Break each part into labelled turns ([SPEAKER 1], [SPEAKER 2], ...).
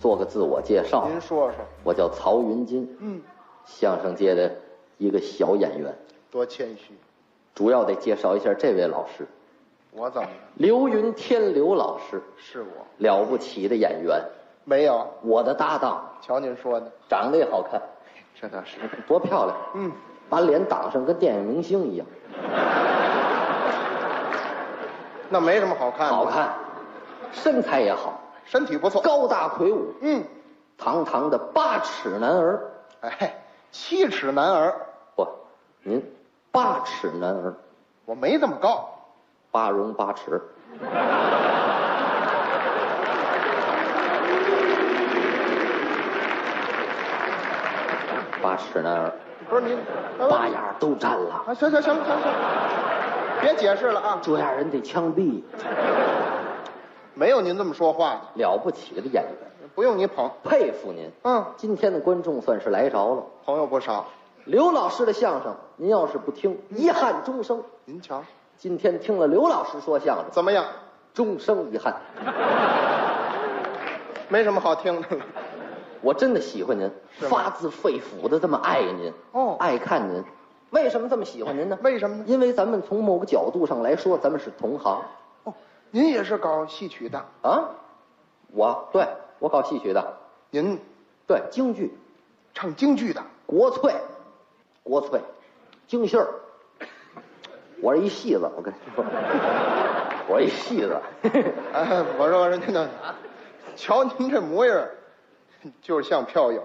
[SPEAKER 1] 做个自我介绍。
[SPEAKER 2] 您说说，
[SPEAKER 1] 我叫曹云金，
[SPEAKER 2] 嗯，
[SPEAKER 1] 相声界的一个小演员。
[SPEAKER 2] 多谦虚，
[SPEAKER 1] 主要得介绍一下这位老师，
[SPEAKER 2] 我怎么了？
[SPEAKER 1] 刘云天刘老师，
[SPEAKER 2] 是我
[SPEAKER 1] 了不起的演员，
[SPEAKER 2] 没有？
[SPEAKER 1] 我的搭档，
[SPEAKER 2] 瞧您说的，
[SPEAKER 1] 长得也好看，
[SPEAKER 2] 这倒是，
[SPEAKER 1] 多漂亮！
[SPEAKER 2] 嗯，
[SPEAKER 1] 把脸挡上跟电影明星一样，
[SPEAKER 2] 那没什么好看的，
[SPEAKER 1] 好，看，身材也好，
[SPEAKER 2] 身体不错，
[SPEAKER 1] 高大魁梧，
[SPEAKER 2] 嗯，
[SPEAKER 1] 堂堂的八尺男儿。
[SPEAKER 2] 哎，七尺男儿，
[SPEAKER 1] 不，您八尺男儿，
[SPEAKER 2] 我没这么高，
[SPEAKER 1] 八荣八耻，八尺男儿，
[SPEAKER 2] 不是您，
[SPEAKER 1] 八样都占了，
[SPEAKER 2] 啊，行行行了行了行了，别解释了啊，
[SPEAKER 1] 这样人得枪毙。
[SPEAKER 2] 没有您这么说话的，
[SPEAKER 1] 了不起的演员，
[SPEAKER 2] 不用你捧，
[SPEAKER 1] 佩服您。
[SPEAKER 2] 嗯，
[SPEAKER 1] 今天的观众算是来着了。
[SPEAKER 2] 朋友不少，
[SPEAKER 1] 刘老师的相声，您要是不听，遗憾终生。
[SPEAKER 2] 您瞧
[SPEAKER 1] 今天听了刘老师说相声，
[SPEAKER 2] 怎么样？
[SPEAKER 1] 终生遗憾。
[SPEAKER 2] 没什么好听的了，
[SPEAKER 1] 我真的喜欢您，
[SPEAKER 2] 吗
[SPEAKER 1] 发自肺腑的这么爱您，
[SPEAKER 2] 哦
[SPEAKER 1] 爱看您。为什么这么喜欢您呢？
[SPEAKER 2] 为什么呢？
[SPEAKER 1] 因为咱们从某个角度上来说，咱们是同行
[SPEAKER 2] 哦，您也是搞戏曲的，
[SPEAKER 1] 啊。我对我搞戏曲的，
[SPEAKER 2] 您
[SPEAKER 1] 对京剧、
[SPEAKER 2] 唱京剧的，
[SPEAKER 1] 国粹、国粹、京戏儿。我是一戏子，我跟你 说，我是一戏子。
[SPEAKER 2] 哎，我说人家呢，
[SPEAKER 1] 啊
[SPEAKER 2] 瞧您这模样儿，就是像票友，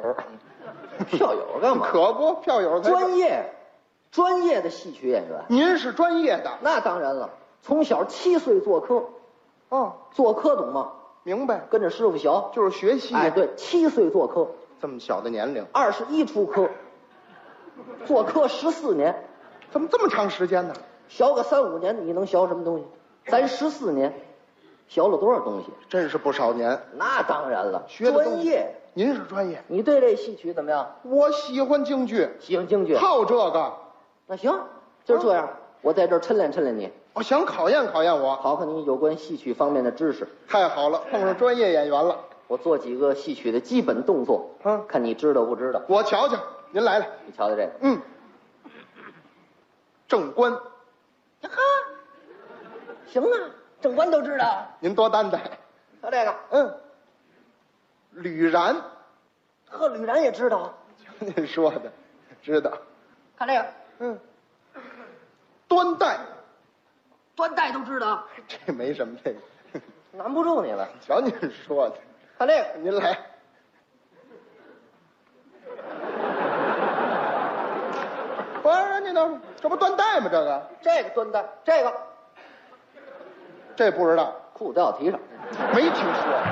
[SPEAKER 1] 票友干嘛？
[SPEAKER 2] 可不，票友才
[SPEAKER 1] 嗯专业，专业的戏曲演员。
[SPEAKER 2] 您是专业的，
[SPEAKER 1] 那当然了，从小七岁做科，
[SPEAKER 2] 哦，
[SPEAKER 1] 做科懂吗？
[SPEAKER 2] 明白，
[SPEAKER 1] 跟着师傅学，
[SPEAKER 2] 就是学戏，
[SPEAKER 1] 哎，，对，七岁做科，
[SPEAKER 2] 这么小的年龄，
[SPEAKER 1] 二十一出科，做科十四年，
[SPEAKER 2] 怎么这么长时间呢？
[SPEAKER 1] 学个三五年，你能学什么东西？咱十四年，学了多少东西？
[SPEAKER 2] 真是不少年，
[SPEAKER 1] 那当然了，
[SPEAKER 2] 学的
[SPEAKER 1] 专业。。
[SPEAKER 2] 您是专业，
[SPEAKER 1] 你对这戏曲怎么样？
[SPEAKER 2] 我喜欢京剧，
[SPEAKER 1] 喜欢京剧？
[SPEAKER 2] 好这个，
[SPEAKER 1] 那行，就是这样。我在这儿抻练抻练你，
[SPEAKER 2] 我想考验考验我。
[SPEAKER 1] 考考你有关戏曲方面的知识。
[SPEAKER 2] 太好了，碰上专业演员了，
[SPEAKER 1] 我做几个戏曲的基本动作，
[SPEAKER 2] 嗯
[SPEAKER 1] 看你知道不知道。
[SPEAKER 2] 我瞧瞧，您来了，
[SPEAKER 1] 你瞧瞧这个，
[SPEAKER 2] 嗯，正官，
[SPEAKER 3] 呵，行啊，整官都知道。
[SPEAKER 2] 您多担待。
[SPEAKER 3] 瞧这个，
[SPEAKER 2] 嗯，吕然，
[SPEAKER 3] 呵，吕然也知道。
[SPEAKER 2] 您说的，知道。
[SPEAKER 3] 看这个，
[SPEAKER 2] 嗯，端带，
[SPEAKER 3] 端带都知道，
[SPEAKER 2] 这没什么，这个，
[SPEAKER 1] 难不住你了。
[SPEAKER 2] 瞧您说的。
[SPEAKER 3] 看这个，
[SPEAKER 2] 您来， 不是你等会儿，这不端带吗？这个，
[SPEAKER 3] 这个端带，这个
[SPEAKER 2] 这不知道，
[SPEAKER 1] 裤子要提上，
[SPEAKER 2] 没听说。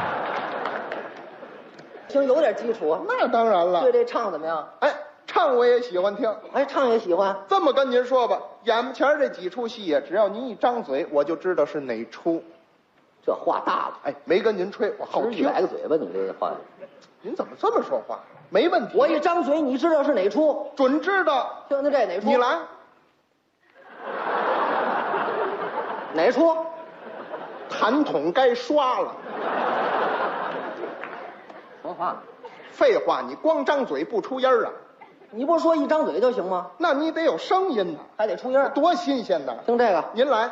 [SPEAKER 3] 行，有点基础。
[SPEAKER 2] 那当然了
[SPEAKER 3] 对。这唱怎么样？
[SPEAKER 2] 哎，唱我也喜欢听。
[SPEAKER 3] 哎，唱也喜欢。
[SPEAKER 2] 这么跟您说吧，眼前这几出戏呀，只要您一张嘴，我就知道是哪出。
[SPEAKER 1] 这话大了，
[SPEAKER 2] 哎，没跟您吹，我好
[SPEAKER 1] 十几
[SPEAKER 2] 听。
[SPEAKER 1] 百个嘴巴，你这话。
[SPEAKER 2] 您怎么这么说话？没问题，
[SPEAKER 1] 我一张嘴，你知道是哪出？
[SPEAKER 2] 准知道。
[SPEAKER 1] 听听这哪出？
[SPEAKER 2] 你来，
[SPEAKER 1] 哪出？
[SPEAKER 2] 痰桶该刷了。
[SPEAKER 1] 说话，
[SPEAKER 2] 废话，你光张嘴不出音儿啊？
[SPEAKER 1] 你不是说一张嘴就行吗？
[SPEAKER 2] 那你得有声音呐。
[SPEAKER 1] 还得出音儿。
[SPEAKER 2] 多新鲜呐！
[SPEAKER 1] 听这个，
[SPEAKER 2] 您来，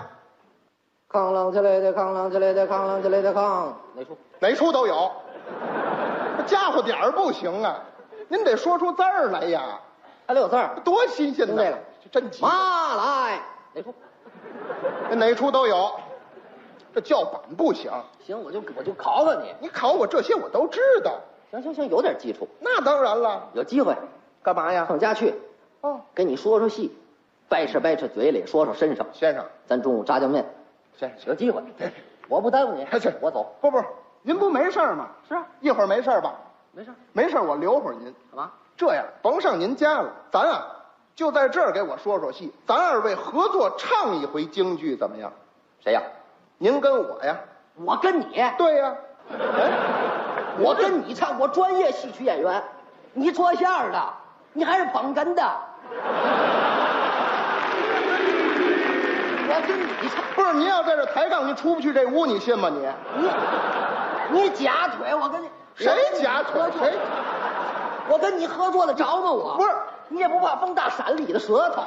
[SPEAKER 1] 扛啷起来的扛啷起来的扛啷起来的扛，哪出？
[SPEAKER 2] 哪出都有，这家伙点儿不行啊！您得说出字儿来呀，
[SPEAKER 1] 还六字儿。
[SPEAKER 2] 多新鲜
[SPEAKER 1] 听
[SPEAKER 2] 呐！
[SPEAKER 1] 这个
[SPEAKER 2] 这真急，
[SPEAKER 1] 马来哪出？
[SPEAKER 2] 哪出都有。这叫板不行，
[SPEAKER 1] 行，我就我就考考你。
[SPEAKER 2] 你考我这些我都知道。
[SPEAKER 1] 行行行，有点基础，
[SPEAKER 2] 那当然了，
[SPEAKER 1] 有机会
[SPEAKER 2] 干嘛呀？
[SPEAKER 1] 上家去，
[SPEAKER 2] 哦，
[SPEAKER 1] 给你说说戏，掰扯掰扯嘴里，说说身上。
[SPEAKER 2] 先生，
[SPEAKER 1] 咱中午炸酱面，
[SPEAKER 2] 先生，
[SPEAKER 1] 有机会，我不耽误你
[SPEAKER 2] 哎是，
[SPEAKER 1] 我走，
[SPEAKER 2] 不不，您不没事儿吗？是啊，一会儿没事儿吧？
[SPEAKER 1] 没事儿，
[SPEAKER 2] 没事儿，我留会儿您。
[SPEAKER 1] 干嘛？
[SPEAKER 2] 这样，甭上您家了，咱啊就在这儿给我说说戏，咱二位合作唱一回京剧怎么样？
[SPEAKER 1] 谁呀？
[SPEAKER 2] 您跟我呀？
[SPEAKER 1] 我跟你，
[SPEAKER 2] 对呀、哎
[SPEAKER 1] 我跟你唱，我专业戏曲演员，
[SPEAKER 3] 你说相声的，你还是捧哏的。 我跟你唱，
[SPEAKER 2] 不是您要在这抬杠，你出不去这屋，你信吗你？
[SPEAKER 3] 你你假腿，我跟你
[SPEAKER 2] 谁夹腿？谁？
[SPEAKER 1] 我跟你合作的着吗？我
[SPEAKER 2] 不是，
[SPEAKER 1] 你也不怕风大闪里的舌头？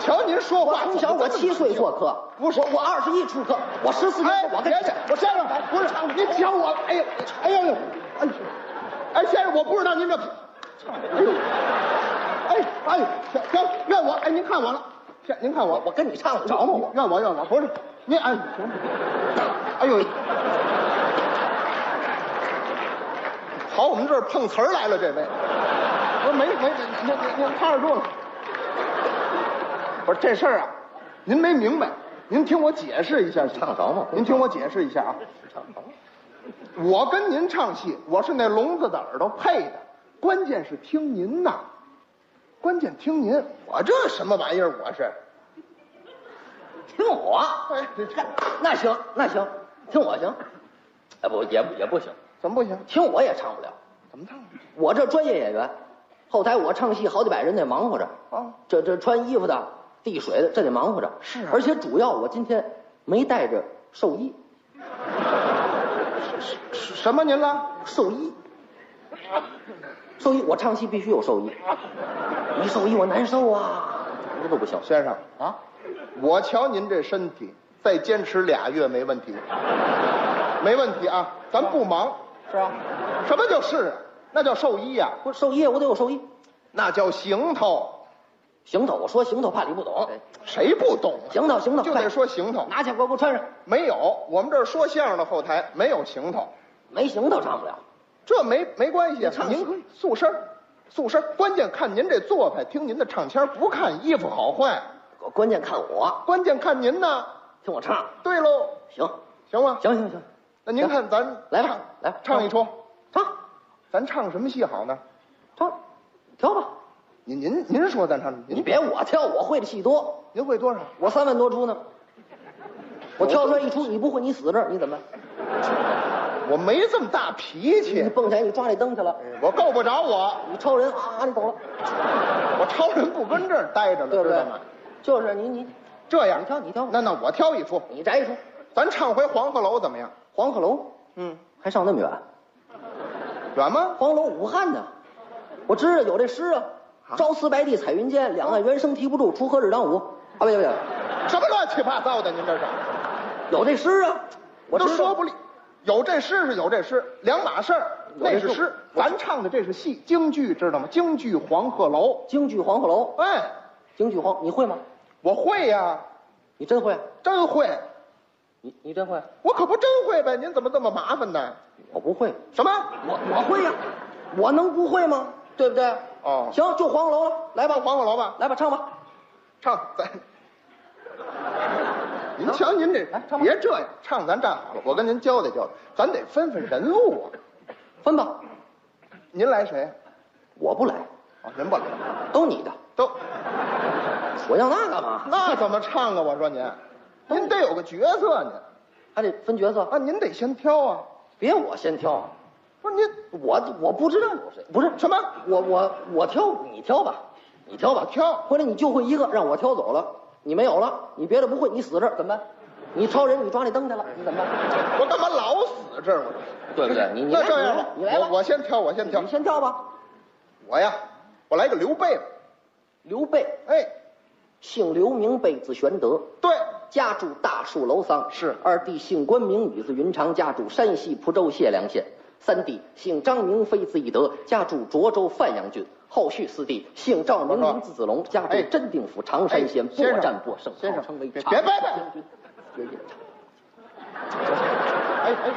[SPEAKER 2] 瞧您说
[SPEAKER 1] 我
[SPEAKER 2] 话，
[SPEAKER 1] 从小我七岁做客，
[SPEAKER 2] 不是
[SPEAKER 1] 我我二十一出客，我十四
[SPEAKER 2] 哎
[SPEAKER 1] 年，我跟哎
[SPEAKER 2] 别介我先生不是您瞧我，哎呦，哎呦呦，哎呦，哎先生，我不知道您这，哎呦，哎哎呦，行行，怨我，哎您看我了，先您看我，
[SPEAKER 1] 我跟你唱
[SPEAKER 2] 着
[SPEAKER 1] 着
[SPEAKER 2] 吗
[SPEAKER 1] 吗？我
[SPEAKER 2] 我怨我怨我，不是您哎，行哎呦，跑我们这儿碰瓷儿来了，这位，我说没没，您您您趴着住了。不是这事儿啊，您没明白，您听我解释一下行吗。
[SPEAKER 4] 唱着吗
[SPEAKER 2] 您听我解释一下啊。我跟您唱戏，我是那聋子的耳朵配的，关键是听您呐，关键听您。我这什么玩意儿？我是，
[SPEAKER 1] 听我，
[SPEAKER 2] 哎，这这
[SPEAKER 1] 啊那行那行，听我行，
[SPEAKER 4] 哎不也也不行，
[SPEAKER 2] 怎么不行？
[SPEAKER 1] 听我也唱不了。
[SPEAKER 2] 怎么唱啊？
[SPEAKER 1] 我这专业演员，后台我唱戏好几百人得忙活着，
[SPEAKER 2] 哦
[SPEAKER 1] 这这穿衣服的、递水的，这得忙活着。
[SPEAKER 2] 是啊
[SPEAKER 1] 而且主要我今天没带着寿衣，
[SPEAKER 2] 什什么您了？
[SPEAKER 1] 寿 衣，寿衣，我唱戏必须有 寿衣，没寿衣我难受啊，这都不行。
[SPEAKER 2] 先生啊，我瞧您这身体，再坚持俩月没问题，没问题啊，咱不忙。
[SPEAKER 1] 是啊，
[SPEAKER 2] 什么叫是啊？那叫寿衣呀、
[SPEAKER 1] 不是寿衣我得有寿衣，
[SPEAKER 2] 那叫行头。哦
[SPEAKER 1] 行头，我说行头怕你不懂，
[SPEAKER 2] 谁不懂、啊？
[SPEAKER 1] 行头行头，
[SPEAKER 2] 就
[SPEAKER 1] 快
[SPEAKER 2] 得说行头。
[SPEAKER 1] 拿起来给我给我穿上，
[SPEAKER 2] 没有，我们这儿说相声的后台没有行头，
[SPEAKER 1] 没行头唱不了。
[SPEAKER 2] 这没没关系啊
[SPEAKER 1] 你。唱
[SPEAKER 2] 您
[SPEAKER 1] 戏
[SPEAKER 2] 可以素身儿，素身儿，关键看您这做派，听您的唱腔，不看衣服好坏，
[SPEAKER 1] 关键看我，
[SPEAKER 2] 关键看您呢。
[SPEAKER 1] 听我唱，
[SPEAKER 2] 对喽，
[SPEAKER 1] 行，
[SPEAKER 2] 行吗？
[SPEAKER 1] 行行行，
[SPEAKER 2] 那您
[SPEAKER 1] 行
[SPEAKER 2] 看咱
[SPEAKER 1] 来吧
[SPEAKER 2] 唱
[SPEAKER 1] 来吧
[SPEAKER 2] 唱一出，
[SPEAKER 1] 唱
[SPEAKER 2] 咱唱什么戏好呢？
[SPEAKER 1] 唱，跳吧。
[SPEAKER 2] 您您 您说咱唱什么，
[SPEAKER 1] 你
[SPEAKER 2] 您
[SPEAKER 1] 别我跳，我会的戏多，
[SPEAKER 2] 您会多少？
[SPEAKER 1] 我三万多出呢。我跳出来一出，你不会，你死这儿，你怎么办？
[SPEAKER 2] 我没这么大脾
[SPEAKER 1] 你
[SPEAKER 2] 气，
[SPEAKER 1] 蹦起来，你抓那灯去了，
[SPEAKER 2] 我够不着我，
[SPEAKER 1] 你超人啊，你走了，
[SPEAKER 2] 我超人不跟这儿待着了，
[SPEAKER 1] 对不
[SPEAKER 2] 知
[SPEAKER 1] 对
[SPEAKER 2] 道吗？？
[SPEAKER 1] 就是你你
[SPEAKER 2] 这样，
[SPEAKER 1] 你挑你挑
[SPEAKER 2] 那那我挑一出，
[SPEAKER 1] 你摘一出
[SPEAKER 2] 咱唱回黄鹤楼怎么样？
[SPEAKER 1] 黄鹤楼，
[SPEAKER 2] 嗯，
[SPEAKER 1] 还上那么远？
[SPEAKER 2] 远吗？
[SPEAKER 1] 黄鹤楼武汉呢？我知道有这诗啊，朝辞白帝彩云间，两岸猿声啼不住，锄禾日当午。啊，不对不对，
[SPEAKER 2] 什么乱七八糟的？您这是，
[SPEAKER 1] 有这诗啊，我
[SPEAKER 2] 都
[SPEAKER 1] 知道
[SPEAKER 2] 说不利。有这诗是有这诗，两码事儿，
[SPEAKER 1] 有这
[SPEAKER 2] 那
[SPEAKER 1] 诗
[SPEAKER 2] 是诗。咱唱的这是戏，京剧知道吗？京剧《黄鹤楼
[SPEAKER 1] 京剧黄鹤楼》。，
[SPEAKER 2] 哎，
[SPEAKER 1] 京剧黄，你会吗？
[SPEAKER 2] 我会呀、
[SPEAKER 1] 你真会？啊
[SPEAKER 2] 真会，
[SPEAKER 1] 你你真会？啊
[SPEAKER 2] 我可不真会呗。您怎么这么麻烦呢？
[SPEAKER 1] 我不会。
[SPEAKER 2] 什么？
[SPEAKER 1] 我我会呀、我能不会吗？对不对？
[SPEAKER 2] 哦
[SPEAKER 1] 行，就黄鹤楼了，来
[SPEAKER 2] 来
[SPEAKER 1] 吧，
[SPEAKER 2] 吧，黄鹤楼吧，
[SPEAKER 1] 来吧，唱吧。
[SPEAKER 2] 唱 咱。您瞧您这
[SPEAKER 1] 来唱，吧
[SPEAKER 2] 别这样，唱咱站好了，我跟您交代交代，咱得分分人物啊。
[SPEAKER 1] 分吧，
[SPEAKER 2] 您来谁？
[SPEAKER 1] 我不来，
[SPEAKER 2] 哦，您不来，
[SPEAKER 1] 都你的，
[SPEAKER 2] 都
[SPEAKER 1] 我要那干嘛？
[SPEAKER 2] 那怎么唱啊？我说您，您得有个角色呢，
[SPEAKER 1] 还得分角色，哎
[SPEAKER 2] 啊，您得先挑啊。
[SPEAKER 1] 别我先挑，
[SPEAKER 2] 不是您
[SPEAKER 1] 我我不知道有谁，不是
[SPEAKER 2] 什么？
[SPEAKER 1] 我我我挑，你挑吧，你挑吧，
[SPEAKER 2] 挑
[SPEAKER 1] 回来你就会一个，让我挑走了，你没有了，你别的不会，你死这儿怎么办？你超人，你抓那灯去了，你怎么办？
[SPEAKER 2] 我干嘛老死这儿？我
[SPEAKER 1] 对不对？你你
[SPEAKER 2] 那
[SPEAKER 1] 来
[SPEAKER 2] 这样吧，
[SPEAKER 1] 你来吧，
[SPEAKER 2] 我我先挑，我先挑
[SPEAKER 1] 你，先挑吧。
[SPEAKER 2] 我呀，我来个刘备吧。
[SPEAKER 1] 刘备，
[SPEAKER 2] 哎，
[SPEAKER 1] 姓刘，名备，字玄德。
[SPEAKER 2] 对，
[SPEAKER 1] 家住大树楼桑，
[SPEAKER 2] 是
[SPEAKER 1] 二弟姓关，名羽，字云长，家住山西蒲州解良县。三弟姓张，名飞，字翼德，家住涿州范阳郡。后续四弟姓赵，名
[SPEAKER 2] 我
[SPEAKER 1] 林，
[SPEAKER 2] 说
[SPEAKER 1] 字子龙，家住
[SPEAKER 2] 哎
[SPEAKER 1] 真定府常山县，
[SPEAKER 2] 哎先生
[SPEAKER 1] 作战获胜，
[SPEAKER 2] 先生
[SPEAKER 1] 号称为
[SPEAKER 2] 别
[SPEAKER 1] 长
[SPEAKER 2] 别别别
[SPEAKER 1] 将军。别别
[SPEAKER 2] 哎哎，